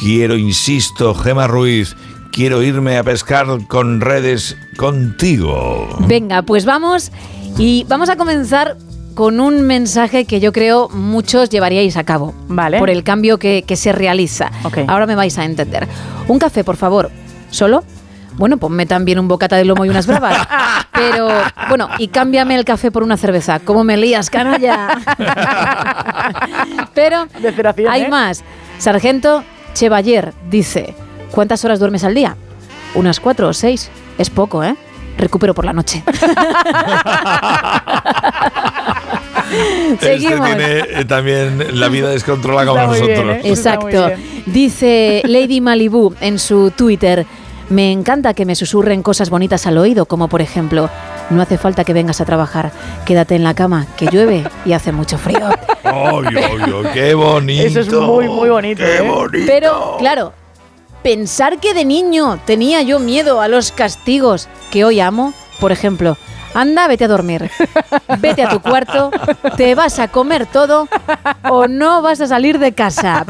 Quiero, insisto, Gema Ruiz, quiero irme a pescar con redes contigo. Venga, pues vamos y vamos a comenzar con un mensaje que yo creo muchos llevaríais a cabo. Vale. Por el cambio que, que se realiza. Ok. Ahora me vais a entender. Un café, por favor. ¿Solo? Bueno, ponme también un bocata de lomo y unas bravas. Pero, bueno, y cámbiame el café por una cerveza. ¿Cómo me lías, canalla? Pero Desesperación, hay ¿eh? más. Sargento Chevaller dice, ¿cuántas horas duermes al día? Unas cuatro o seis. Es poco, ¿eh? Recupero por la noche. Seguimos. Este tiene eh, también la vida descontrolada como Está muy bien, nosotros. ¿eh? Eso está muy Exacto. Dice Lady Malibu en su Twitter, me encanta que me susurren cosas bonitas al oído, como por ejemplo, no hace falta que vengas a trabajar, quédate en la cama, que llueve y hace mucho frío. Oy, oy, oy, qué bonito. Eso es muy, muy bonito, Qué ¿eh? bonito. Pero, claro, pensar que de niño tenía yo miedo a los castigos que hoy amo, por ejemplo, anda, vete a dormir, vete a tu cuarto, te vas a comer todo o no vas a salir de casa.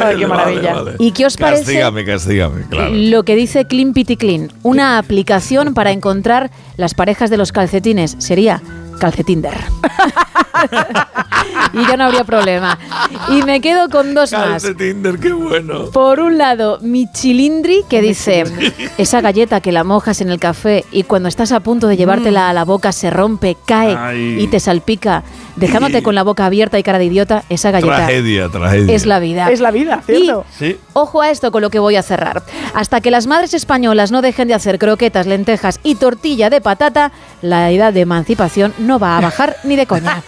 Ay, qué maravilla. ¿Y qué os parece? Castígame, castígame, claro. Lo que dice Clean Pity Clean, una aplicación para encontrar las parejas de los calcetines. Sería Calcetinder. y ya no habría problema. Y me quedo con dos más. Calce Tinder, qué bueno. Por un lado, Michilindri, que dice, esa galleta que la mojas en el café y cuando estás a punto de llevártela a la boca se rompe, cae Ay. y te salpica, dejándote Y- con la boca abierta y cara de idiota, esa galleta Tragedia, tragedia. es la vida. Es la vida, Y- ¿cierto? Sí. Ojo a esto con lo que voy a cerrar. Hasta que las madres españolas no dejen de hacer croquetas, lentejas y tortilla de patata, la edad de emancipación no va a bajar ni de coña.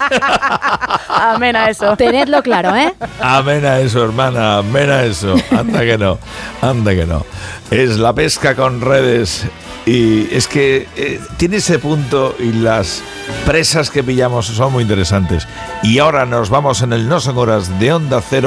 Amén a eso. Tenedlo claro, ¿eh? Amén a eso, hermana, amén a eso. Anda que no, anda que no. Es la pesca con redes y es que eh, tiene ese punto y las presas que pillamos son muy interesantes. Y ahora nos vamos en el No Son Horas de Onda Cero.